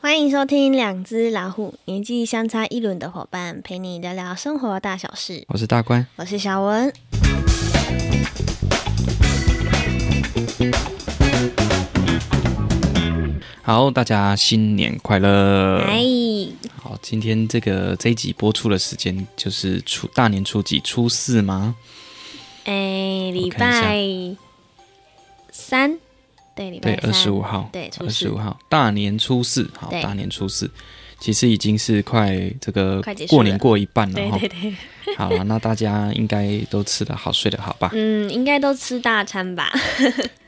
欢迎收听《两只老虎》，年纪相差一轮的伙伴陪你聊聊生活大小事。我是大官，我是小文。好，大家新年快乐！哎，好，今天这个这一集播出的时间就是初大年初几，初四吗？哎，礼我看拜三，对，礼对，拜二十三五号，对初二四十五号，大年初四，好，对大年初四，其实已经是快这个快结束了过年过一半了对哈对。对，好了，那大家应该都吃得好，睡得好吧？嗯，应该都吃大餐吧？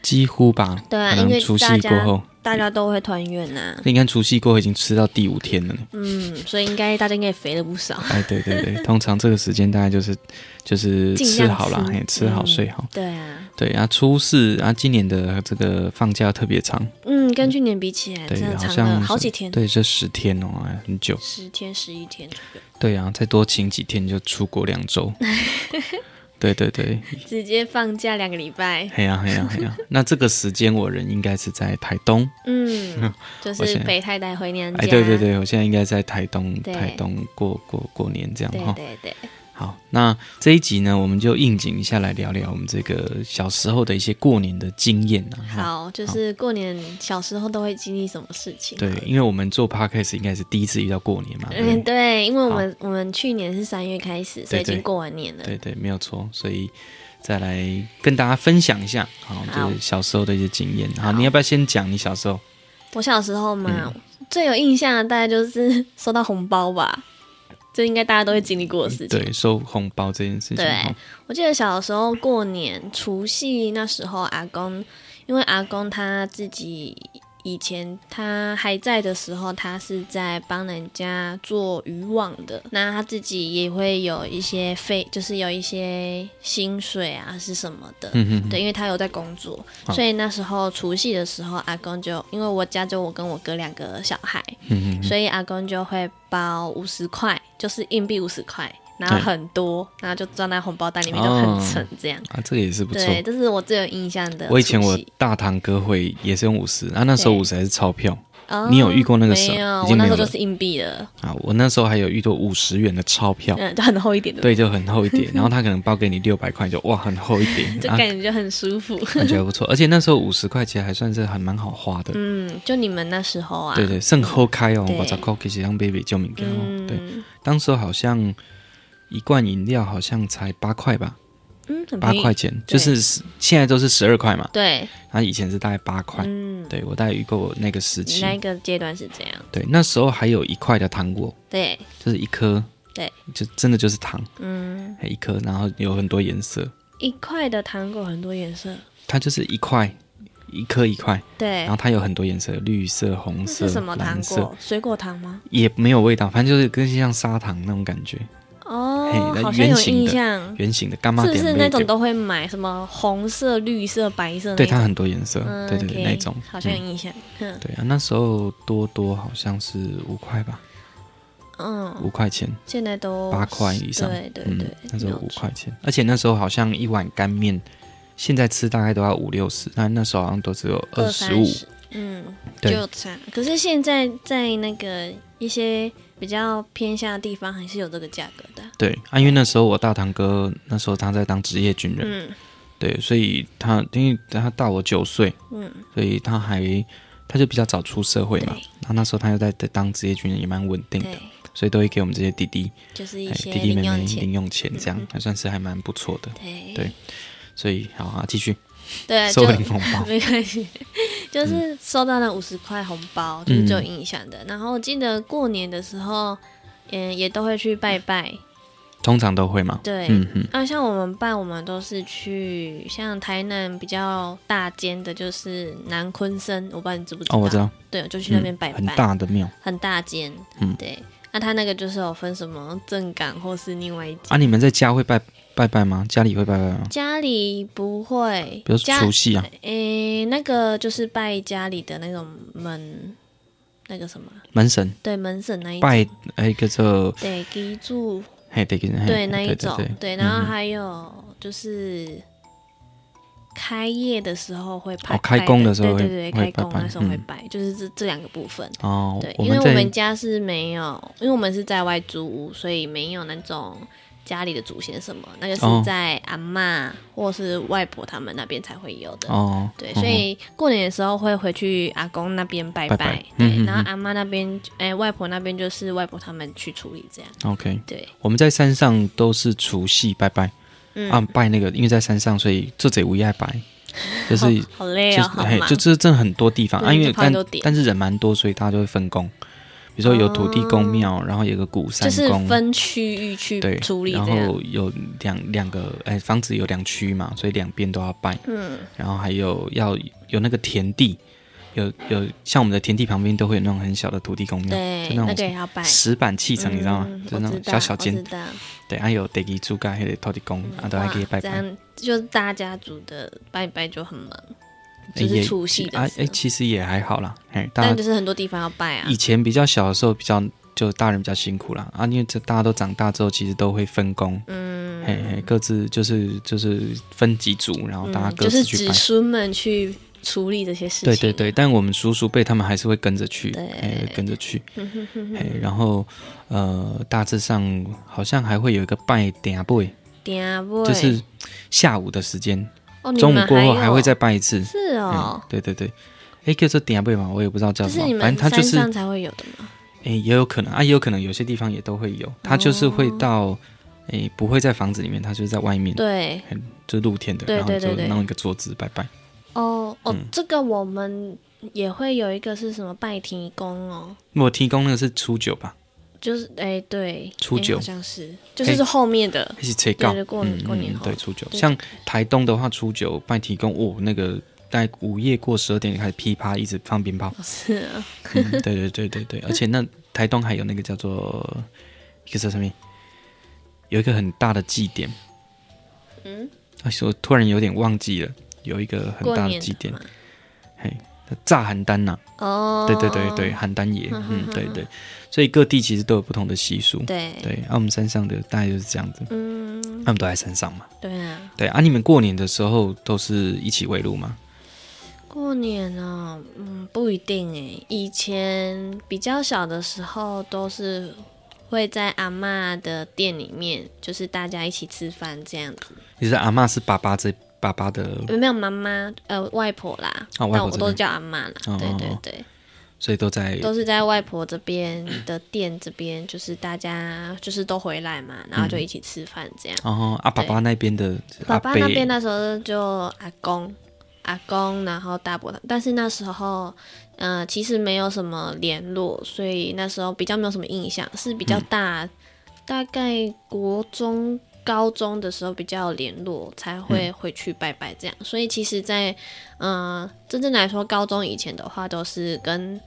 几乎吧，对啊可因为能除大夕家过后，大家都会团圆呐，你看除夕过后已经吃到第五天了呢。嗯，所以应该大家应该也肥了不少。哎，对对对，通常这个时间大概就是就是尽吃量好啦，吃嘿，吃好嗯睡好。对啊，对啊，初四啊，今年的这个放假特别长，嗯，跟去年比起来，对真的好长像了是好几天，对，这十天哦，哎，很久。十天十一天左右，对啊，再多请几天就出国两 周。对对对，直接放假两个礼拜。嘿呀、嘿呀、嘿呀、那这个时间我人应该是在台东， 嗯，就我是现在北太太回娘家。哎，对对对，我现在应该在台东，对台东过过过年这样对哈。对对，好，那这一集呢，我们就应景一下来聊聊我们这个小时候的一些过年的经验啊。哈，好，就是过年小时候都会经历什么事情？对，因为我们做 podcast 应该是第一次遇到过年嘛。对不对嗯，对，因为我们我们去年是三月开始，所以已对对经过完年了。对对，没有错。所以再来跟大家分享一下，好，好就是小时候的一些经验。好，你要不要先讲你小时候？我小时候嘛，嗯最有印象的大概就是收到红包吧，这应该大家都会经历过的事情。对，收红包这件事情。对哦我记得小时候过年除夕那时候，阿公因为阿公他自己以前他还在的时候，他是在帮人家做渔网的，那他自己也会有一些费，就是有一些薪水啊是什么的。嗯嗯，对，因为他有在工作，好所以那时候除夕的时候，阿公就因为我家就我跟我哥两个小孩，嗯嗯嗯，所以阿公就会包五十块，就是硬币五十块，然后很多，然后就装在红包袋里面，就哦很沉这样。啊，这个也是不错。对，这是我最有印象的除夕。我以前我大堂哥会也是用五十，啊，那时候对五十还是钞票哦你有遇过那个时候没有，已我经那没时候有就了是硬币了，啊，我那时候还有遇到五十元的钞票，嗯，就很厚一点的，对，就很厚一 叠，然后他可能包给你六百块，就哇，很厚一就叠，啊，感觉就很舒服。感觉还不错。而且那时候五十块钱还算是还蛮好花的，嗯，就你们那时候啊，对对，剩后开哦，对把这 cookie 让 baby 救命给我。对，嗯，当时好像一罐饮料好像才八块吧，嗯，很八便宜块，钱，对就是十现在都是十二块嘛，对，然后以前是大概八块。嗯，对我大概遇过那个时你期，那个阶段是这样，对，那时候还有一块的糖果，对，就是一颗，对，就真的就是糖，嗯，一颗，然后有很多颜色，一块的糖果很多颜色，它就是一块。一颗一块，对然后，它有很多颜色，绿色、红那色、是什么糖蓝色，果？水果糖吗？也没有味道，反正就是跟像砂糖那种感觉。哦，嘿好那像圆有形印的象，圆形的干妈是不点是那种味的都会买什么红色、绿色、白色那对种它很多颜色，嗯对对对 OK，那种好像有嗯印象。嗯对啊，那时候多多好像是五块吧，嗯，五块钱，现在都八块以上对对嗯对，，那时没候有五错块钱，而且那时候好像一碗干面，现在吃大概都要五六十，但那时候好像都只有二十五三，十嗯，就对有差。可是现在在那个一些比较偏向的地方，还是有这个价格的。对啊，因为那时候我大堂哥那时候他在当职业军人，嗯对，所以他因为他大我九岁，嗯，所以他还他就比较早出社会嘛对，然后那时候他又在在当职业军人，也蛮稳定的对，，所以都会给我们这些弟弟就是一哎些弟弟零妹妹用钱嗯零。用钱，这样还算是还蛮不错的。对对所以好啊，继续对，收就领红包。 没关系，就是收到那五十块红包，嗯就是最有印象的。然后我记得过年的时候，嗯，也都会去拜拜。通常都会嘛。对，嗯嗯，啊，像我们拜，我们都是去像台南比较大间的，就是南昆生，我不知道你知不知道？哦，我知。道，嗯对，我就去那边拜拜，很大的庙很大间。嗯对。那、他那个就是有分什么正港或是另外一间，啊。你们在家会拜拜拜吗？家里会拜拜吗？家里不会，比如说家除夕啊，诶、那个就是拜家里的那种门，那个什么，门神对门神那一种，拜，哎，一个这对基柱，嗯嘿，对，嘿嗯对那一种，对对对，然后还有就是开业的时候会摆，哦开工的时候对会对对，会开拜工拜那时候会嗯摆，就是这这两个部分。哦对，，我因为们我在们家是没有，因为我们是在外租屋，所以没有那种家里的祖先什么，那个哦是在阿嬷或是外婆他们那边才会有的。哦，对，嗯所以过年的时候会回去阿公那边拜拜拜，拜对，嗯嗯然后嗯阿妈那边，哎、外婆那边就是外婆他们去处理这样，哦 OK，对，我们在山上都是除夕拜拜、嗯，啊，拜那个，因为在山上，所以这贼无一爱拜，就是好好累哦，就是好嘿忙，就这真的很多地方啊，嗯因为就跑但很多点但是人蛮多，所以大家就会分工，比如说有土地公哦庙，然后有个古山就是公，分区域去对处，理然这样，后有两两个哎房子有两区嘛，所以两边都要拜，嗯，然后还有要有那个田地，有有像我们的田地旁边都会有那种很小的土地公庙，对，嗯就那那个种也要拜，石板砌成，你知道吗嗯？就是那我种知道小小间我，知道嗯对，啊还有得给猪盖，还得土地公啊，都还可以拜这拜。样就是大家族的拜拜就很忙，哎就是也除夕的啊，时哎，候其实也还好啦，哎，大家但就是很多地方要拜啊以，前比较小的时候，比较就大人比较辛苦啦啊，因为这大家都长大之后，其实都会分工，嗯，嘿嘿，各自就是就是分几组，然后大家嗯各就自是去子拜。孙们去处理这些事情，对对对，，但我们叔叔辈他们还是会跟着去，对哎，跟着去，嗯哎，然后呃，大致上好像还会有一个拜点拜，点位就是下午的时间，哦你中午们过后有还会再拜一次。是嗯哦，，对对对，哎，叫做点背嘛，我也不知道叫就什是你么，们反正它就山是上才会有的嘛，诶，也有可能啊，也有可能有些地方也都会哦有，它就是会到，诶，不会在房子里面，它就是在外面，对，就露天的，对对然对后就对弄一个桌子拜拜。哦哦，嗯这个我们也会有一个是什么拜提公哦。我提供那个是初九吧，就是哎、对，初哎九哎好像是，就嘿是是后面的，还是催告？对对过年过年后嗯对初九。对。像台东的话，初九拜提供，哦，那个在午夜过十二点就开始噼啪一直放鞭炮是啊，嗯，对对对 对对，而且那台东还有那个叫做一个叫什么，有一个很大的祭典，嗯，但是我突然有点忘记了，有一个很过大的年祭典嘛，嘿，炸邯郸呐、哦，对对对对，邯 郸爷，哼哼嗯，哼对哼对，所以各地其实都有不同的习俗，对对，啊，我们山上的大概就是这样子，嗯，他们都在山上嘛，对啊，对啊，你们过年的时候都是一起围炉吗？过年啊、嗯，不一定哎，以前比较小的时候都是。会在阿嬷的店里面，就是大家一起吃饭这样子。你是阿嬷是爸爸这爸爸的，没有妈妈，呃，外婆啦，啊外婆但我这边都叫阿嬷啦。哦对对哦对，所以都在都是在外婆这边的店这边，就是大家就是都回来嘛，然后就一起吃饭这样。哦啊，爸爸那边的爸阿爸伯那边那时候就阿公，阿公，然后大伯他，但是那时候，呃，其实没有什么联络，所以那时候比较没有什么印象，是比较大，嗯大概国中、高中的时候比较有联络，才嗯会回去拜拜这样。所以其实在，呃，真正来说，高中以前的话，都是跟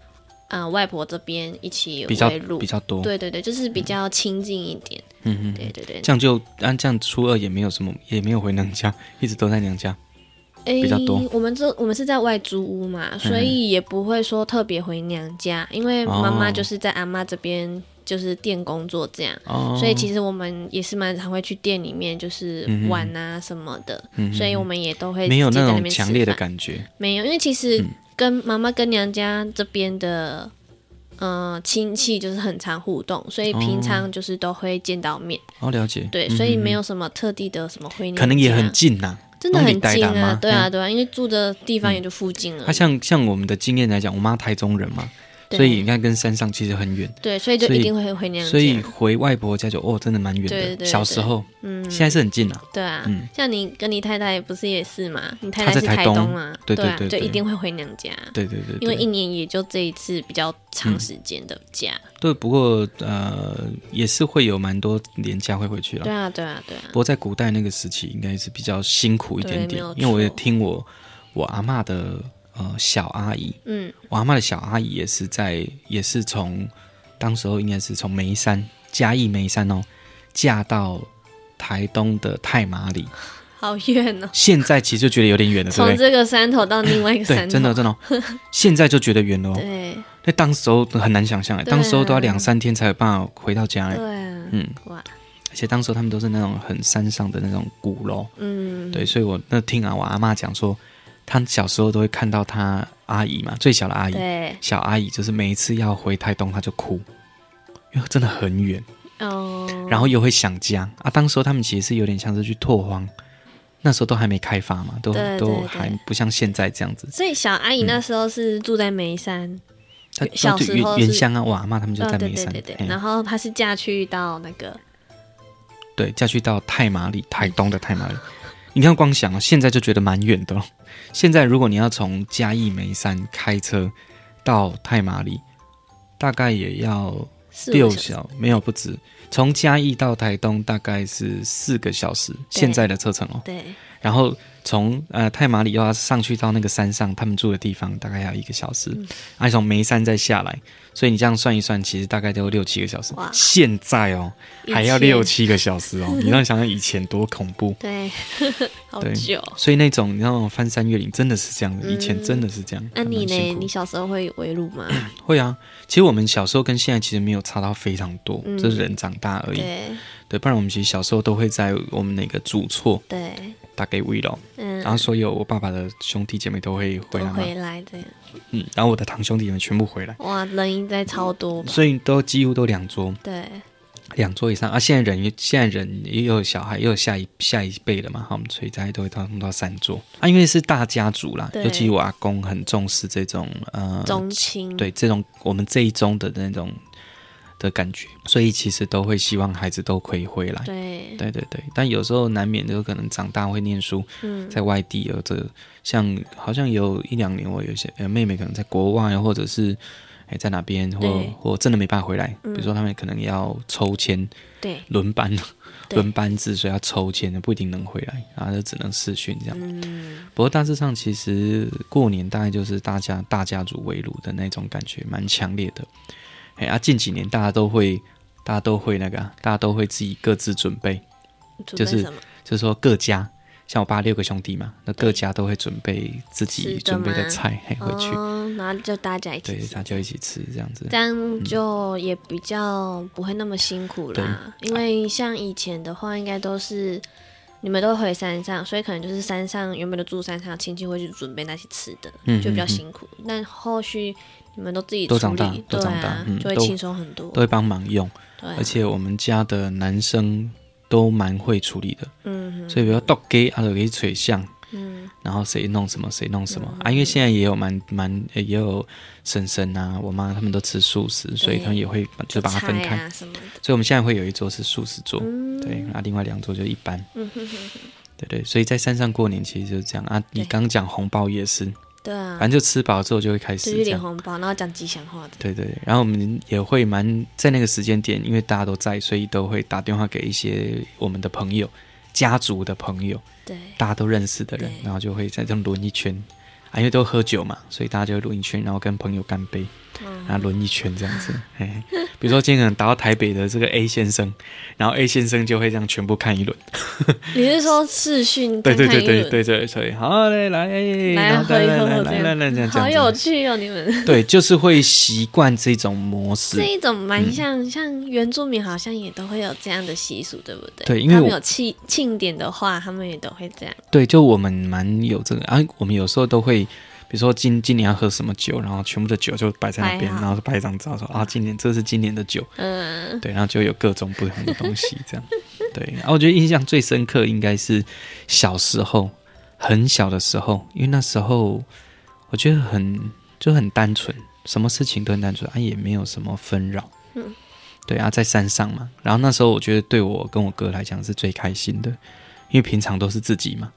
呃外婆这边一起比较围炉比，较多，对对对，就是比较亲近一点，嗯嗯，对对对，这样就按、这样初二也没有什么，也没有回娘家， 一直都在娘家，诶，比较多嗯我们这我们是在外租屋嘛，所以也不会说特别回娘家，因为哦妈妈就是在阿妈这边就是店工作这样，哦，所以其实我们也是蛮常会去店里面就是嗯玩啊什么的，所以我们也都会没有自己那在那种边吃强烈的饭感嗯觉，没有，因为其实跟妈妈跟娘家这边的。嗯、亲戚就是很常互动，所以平常就是都会见到面，哦，了解，对，哦嗯所以啊没有什么特地的什么回娘家，可能也很近呐、真的拢很伫台近南啊吗，嗯对啊，对啊，因为住的地方也就附近了啊，，像像我们的经验来讲，我妈台中人嘛，所以你看跟山上其实很远，对，所以就所以一定会回娘家。所以回外婆家就哦，真的蛮远的。对对对小时候，嗯，现在是很近了、啊。对啊，嗯像你跟你太太不是也是嘛？你太太她在是台台东嘛，对对啊，对就对一定会回娘家，对对对对，嗯因为一年也就这一次比较长时间的假。对，不过呃，也是会有蛮多年假会回去了对。啊，对啊，对啊不，过在古代那个时期，应该是比较辛苦一点对没点有，因为我也错听我我阿嬷的呃小阿姨，嗯，我阿嬷的小阿姨也是在，也是从当时候应该是从眉山嘉义眉山哦，嫁到台东的太麻里。好远哦，现在其实就觉得有点远了，对从不对？这个山头到另外一个对，山头，真的真的哦， 现在就觉得远了哦。对那当时候很难想象哎，对啊当时候都要两三天才有办法回到家哎。对啊，嗯，哇，而且当时候他们都是那种很山上的那种鼓楼，嗯，对，所以我那听啊，我阿嬷讲说，她小时候都会看到她阿姨嘛，最小的阿姨，对，小阿姨就是每一次要回台东，她就哭，因为真的很远，哦，然后又会想家啊。当时候他们其实是有点像是去拓荒，那时候都还没开发嘛，都对对都对还不像现在这样子。所以小阿嗯姨那时候是住在眉山，她小就时呃原候是原乡啊，我阿嬷他们就哦在对眉对山，对对，嘿然后她是嫁去到那个，对，嫁去到太麻里，台东的太麻里。你看，光想啊，现在就觉得蛮远的、哦。 现在如果你要从嘉义梅山开车到太麻里，大概也要四五六个时，小，没有不止。从嘉义到台东大概是四个小时，现在的车程哦。对，然后从呃太麻里又要上去到那个山上，他们住的地方大概要一个小时，嗯而且从眉山再下来，所以你这样算一算，其实大概都六七个小时哇。现在哦，还要以前六，七个小时哦， 你让想想以前多恐怖。对， 好对久。所以那种你知道吗？翻山越岭真的是这样的，嗯以前真的是这样。那、还蛮你呢辛？苦你小时候会围炉吗？会啊？其实我们小时候跟现在其实没有差到非常多，嗯就是人长大而已。对对，不然我们其实小时候都会在我们那个主厝对，打给 w i l l 嗯，然后所有我爸爸的兄弟姐妹都啊会啊都回来嘛回，来这样。嗯，然后我的堂兄弟姐妹全部回来，哇，人应该超多吧？所以都几乎都两桌，对，两桌以上啊。现在人现在人也有小孩，也有下一下一辈了嘛，哈，所以大家都会到弄到三桌啊，因为是大家族啦，对尤其我阿公很重视这种呃，中青，对这种我们这一宗的那种的感觉，所以其实都会希望孩子都可以回来。对，对对对，但有时候难免就可能长大会念书，嗯，在外地有这个像好像有一两年，我有一些呃妹妹可能在国外，啊或者是哎在哪边，或对或真的没办法回来，比嗯如说他们可能要抽签对，轮班， 对轮班制，所以要抽签，不一定能回来，然后就只能试训这样。嗯，不过大致上，其实过年大概就是大家大家族围炉的那种感觉，蛮强烈的。哎啊，近几年大家都会，大家都会那个啊、大家都会自己各自准备，准就备是什么？就是说各家，像我爸六个兄弟嘛，那各家都会准备自己吃的准备的吗菜，嘿，回去，哦，然后就大家一对起，吃，大家一起吃这样子这。嗯样就也比较不会那么辛苦啦。因为像以前的话，应该都是你们都回山上，所以可能就是山上原本就住山上的亲戚会去准备那些吃的，嗯就比较嗯嗯辛苦。但后续你们都自己都处长理，大都对长大啊，嗯就会都轻松很多都。会帮忙用，对啊，而且我们家的男生都蛮会处理的，嗯哼所以比如倒给啊，就给水像，嗯，然后谁弄什么谁弄什么、啊，因为现在也有蛮蛮呃也有婶婶啊，我妈他们都吃素食，所以他们也会把就把它分菜开，啊什么的，所以我们现在会有一桌是素食桌，嗯对，啊，另外两桌就一般，嗯哼哼，对对，所以在山上过年其实就是这样啊。你对刚讲红包也是，对啊反，正就吃饱之后就会开就始去这领样，红包，然后讲吉祥话的，对对对，然后我们也会蛮在那个时间点，因为大家都在，所以都会打电话给一些我们的朋友、家族的朋友，对，大家都认识的人，对然后就会在这样轮一圈啊，因为都喝酒嘛，所以大家就会轮一圈，然后跟朋友干杯，嗯然后轮一圈这样子。嘿嘿比如说今天可能打到台北的这个 A 先生，然后 A 先生就会这样全部看一轮，你是说视讯对跟对对看一对轮？对对，所以好嘞，来，来然后喝来一来喝来喝来来这来这样，样这样好子，有趣哦！你们对，就是会习惯这种模式这。一种嗯蛮像，像原住民好像也都会有这样的习俗，对不对？对因为他们我有庆庆典的话，他们也都会这样。对，就我们蛮有这个啊，我们有时候都会，比如说今今年要喝什么酒，然后全部的酒就摆在那边，摆好然后就拍一张照说啊，今年这是今年的酒，嗯，对，然后就有各种不同的东西这样。对，然、后我觉得印象最深刻应该是小时候，很小的时候，因为那时候我觉得很就很单纯，什么事情都很单纯，啊，也没有什么纷扰。嗯，对啊，在山上嘛。然后那时候我觉得对我跟我哥来讲是最开心的，因为平常都是自己嘛。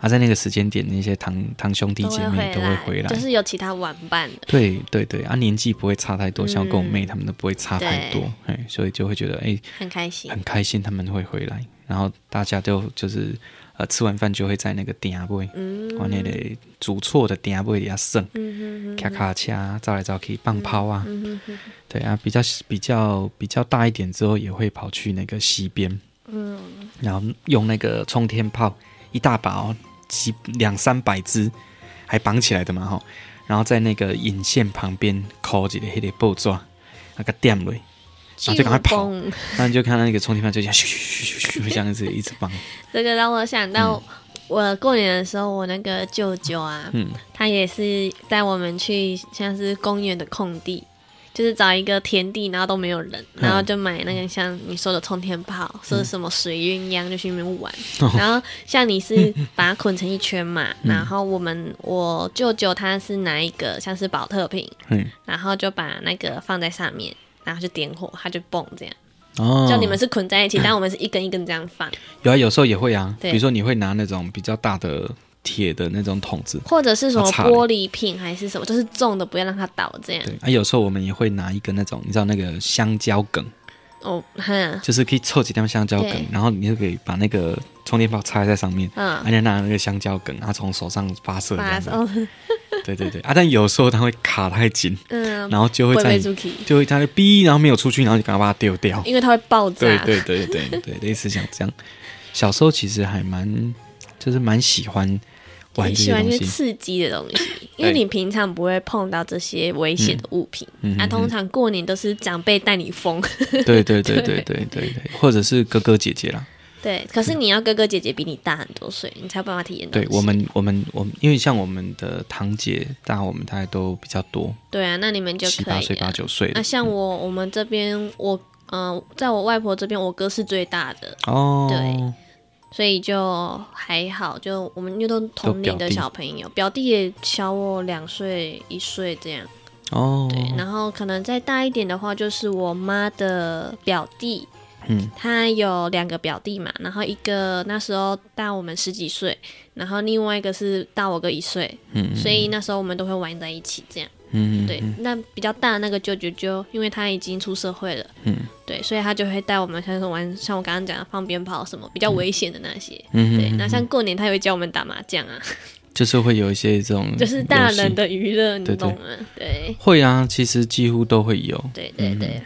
啊，在那个时间点，那些堂堂兄弟都姐会妹都会回来，就是有其他玩伴的。对对对，啊，年纪不会差太多，像我跟嗯我妹他们都不会差太多，哎，所以就会觉得哎、很开心很。开心他们会回来，然后大家都就是呃吃完饭就会在那个鼎位，嗯往那个主厝的鼎位里啊耍，嗯卡卡车走来走去放炮啊，嗯哼哼对啊，比较比较比较大一点之后也会跑去那个溪边，嗯，然后用那个冲天炮一大把哦，几两三百只，还绑起来的嘛吼，然后在那个引线旁边扣一个黑的布抓，那个点落，后啊就赶快跑咻嘣然后你就看到那个充气棒就这样咻咻咻咻咻这样子一直 放，这个让我想到我过年的时候，我那个舅舅啊，嗯他也是带我们去像是公园的空地，就是找一个田地，然后都没有人，嗯然后就买那个像你说的冲天炮，说什么水鸳鸯，就去那边玩。哦然后像你是把它捆成一圈嘛，嗯然后我们我舅舅他是拿一个像是保特瓶，嗯，然后就把那个放在上面。然后就点火，它就蹦这样。哦，就你们是捆在一起，但我们是一根一根这样放。有啊，有时候也会啊，比对如说你会拿那种比较大的铁的那种桶子，或者是什么啊差嘞玻璃瓶还是什么，就是重的不要让它倒这样。对啊，有时候我们也会拿一个那种你知道那个香蕉梗，哦，哼，就是可以凑几条香蕉梗对，然后你就可以把那个充电宝插在上面，嗯啊，你就拿那个香蕉梗，然后从手上发射这把 样子，哦，对对对啊，但有时候它会卡太紧，嗯，然后就会会在被你猪皮，就会它就哔，然后没有出去，然后你赶快把它丢掉，因为它会爆炸。对对对对对，类似像这样，小时候其实还蛮就是蛮喜欢玩你这喜些欢东一些西，刺激的 东西，因为你平常不会碰到这些危险的物品。嗯啊，嗯通常过年都是长辈带你疯， 对对对对对对对，或者是哥哥姐姐啦。对。可是你要哥哥姐姐比你大很多岁，你才有办法体验到。对我，们我们我们，因为像我们的堂姐大我们大概都比较多，对啊，那你们就七可八岁以八啊。九岁那的。嗯像我，我们这边我，嗯，在我外婆这边，我哥是最大的，哦，所以就还好，就我们又都同龄的小朋友，表弟也小我两岁一岁这样。哦，对，然后可能再大一点的话，就是我妈的表弟，嗯，他有两个表弟嘛，然后一个那时候大我们十几岁，然后另外一个是大我个一岁，嗯所以那时候我们都会玩在一起这样。嗯，对，那比较大的那个舅舅舅，因为他已经出社会了，嗯，对，所以他就会带我们像是玩，像我刚刚讲的放鞭炮什么比较危险的那些。嗯，对，嗯，那像过年他也会教我们打麻将 啊，就是会有一些这种， 就是大人。的娱乐，你对对懂吗？对会啊，其实几乎都会有。对对嗯对，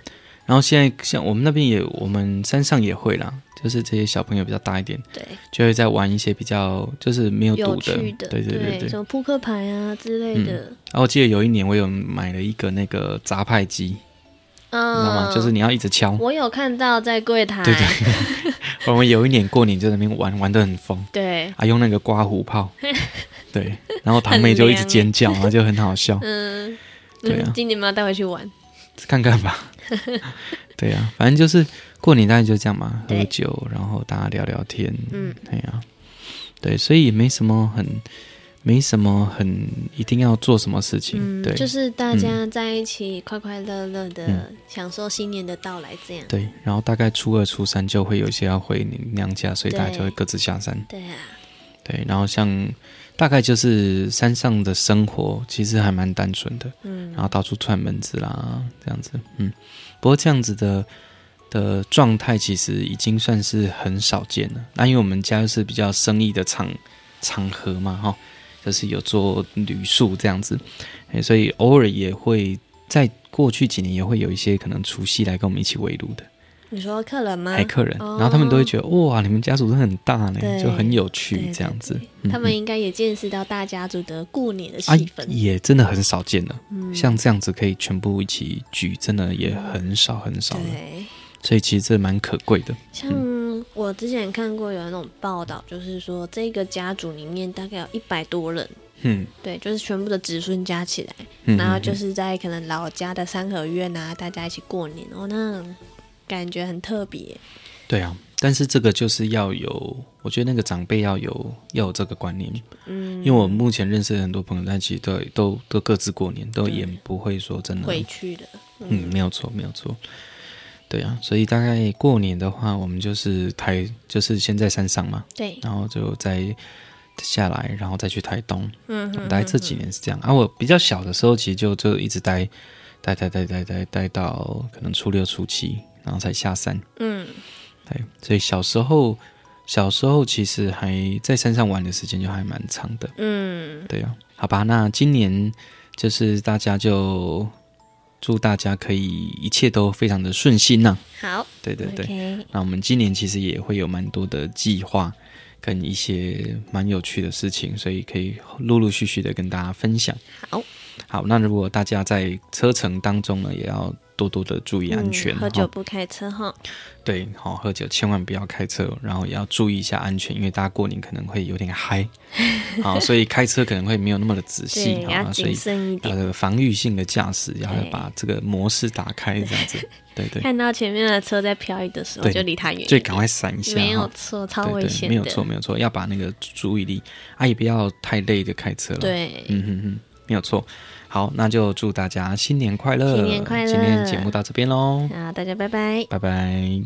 然后现在像我们那边也，我们山上也会啦，就是这些小朋友比较大一点，对，就会在玩一些比较就是没有有赌的，趣对对对对什。么扑克牌啊之类的，然后我记得有一年我有买了一个那个杂牌机，你嗯，知道吗？就是你要一直敲。我有看到在柜台，对我们有一年过年就在那边玩，玩得很疯对啊，用那个刮 胡泡，对，然后堂妹就一直尖叫，然后就很好笑，嗯，对啊嗯今年嘛带回去玩， 看看 吧。对呀、啊，反正就是过年大概就这样嘛，喝对酒，然后大家聊聊天，嗯，对呀、对，所以也没什么很，没什么很一定要做什么事情，嗯对，，就是大家在一起快快乐乐的嗯享受新年的到来，这样，对，然后大概初二、初三就会有一些要回娘家，所以大家就会各自下山。对啊，对，然后像大概就是山上的生活其实还蛮单纯的，嗯然后到处串门子啦，这样子，嗯。不过这样子的的状态其实已经算是很少见了。那因为我们家又是比较生意的场场合嘛，哈、就是有做旅宿这样子，诶所以偶尔也会在过去几年也会有一些可能除夕来跟我们一起围炉的。你说客人吗爱？客人，哦然后他们都会觉得哇，你们家族真的很大呢，对就很有对趣对这样子嗯对。他们应该也见识到大家族的过年的啊气氛，，也真的很少见了。嗯像这样子可以全部一起聚，真的也很少很少了。对。所以其实这蛮可贵的。像我之前看过有那种报道，就是说这个家族里面大概有一百多人，嗯对，就是全部的子孙加起来，嗯，然后就嗯是在可能老家的三合院啊，大家一起过年，哦，那感觉很特别。嗯对啊，但是这个就是要有，我觉得那个长辈要有要有这个观念。嗯，因为我目前认识的很多朋友，但其实都都都各自过年，都对也不会说真的回去的，嗯，没有错，没有错。对啊，所以大概过年的话，我们就是台，就是先在山上嘛，对，然后就再下来，然后再去台东。嗯我哼们大概这几年是这样啊。我比较小的时候，其实就就一直待待待待待待待到可能初六初七，然后才下山。嗯，对，所以小时候小时候其实还在山上玩的时间就还蛮长的。嗯，对啊，好吧，那今年就是大家就祝大家可以一切都非常的顺心呐、好对对对。 ，OK，那我们今年其实也会有蛮多的计划，跟一些蛮有趣的事情，所以可以陆陆续续的跟大家分享。好，好，那如果大家在车程当中呢，也要多多的注意安全，嗯、喝酒哦不开车哈。对，好、喝酒千万不要开车，然后也要注意一下安全，因为大家过年可能会有点嗨，好、所以开车可能会没有那么的 仔对细，，好、要啊所谨以慎一要点。有呃防御性的驾驶，要对把这个模式打开，这 样子，对对，看到前面的车在漂移的时候，呃对就离它远一所以点。赶快闪一下，没有哈错，超对危对险没有的。错，没有错，要把那个注意力啊，也不要太累的开车了，，对，嗯哼哼，没有错。好，那就祝大家新年快乐！新年快乐今天节目到这边喽，那大家拜拜。拜拜。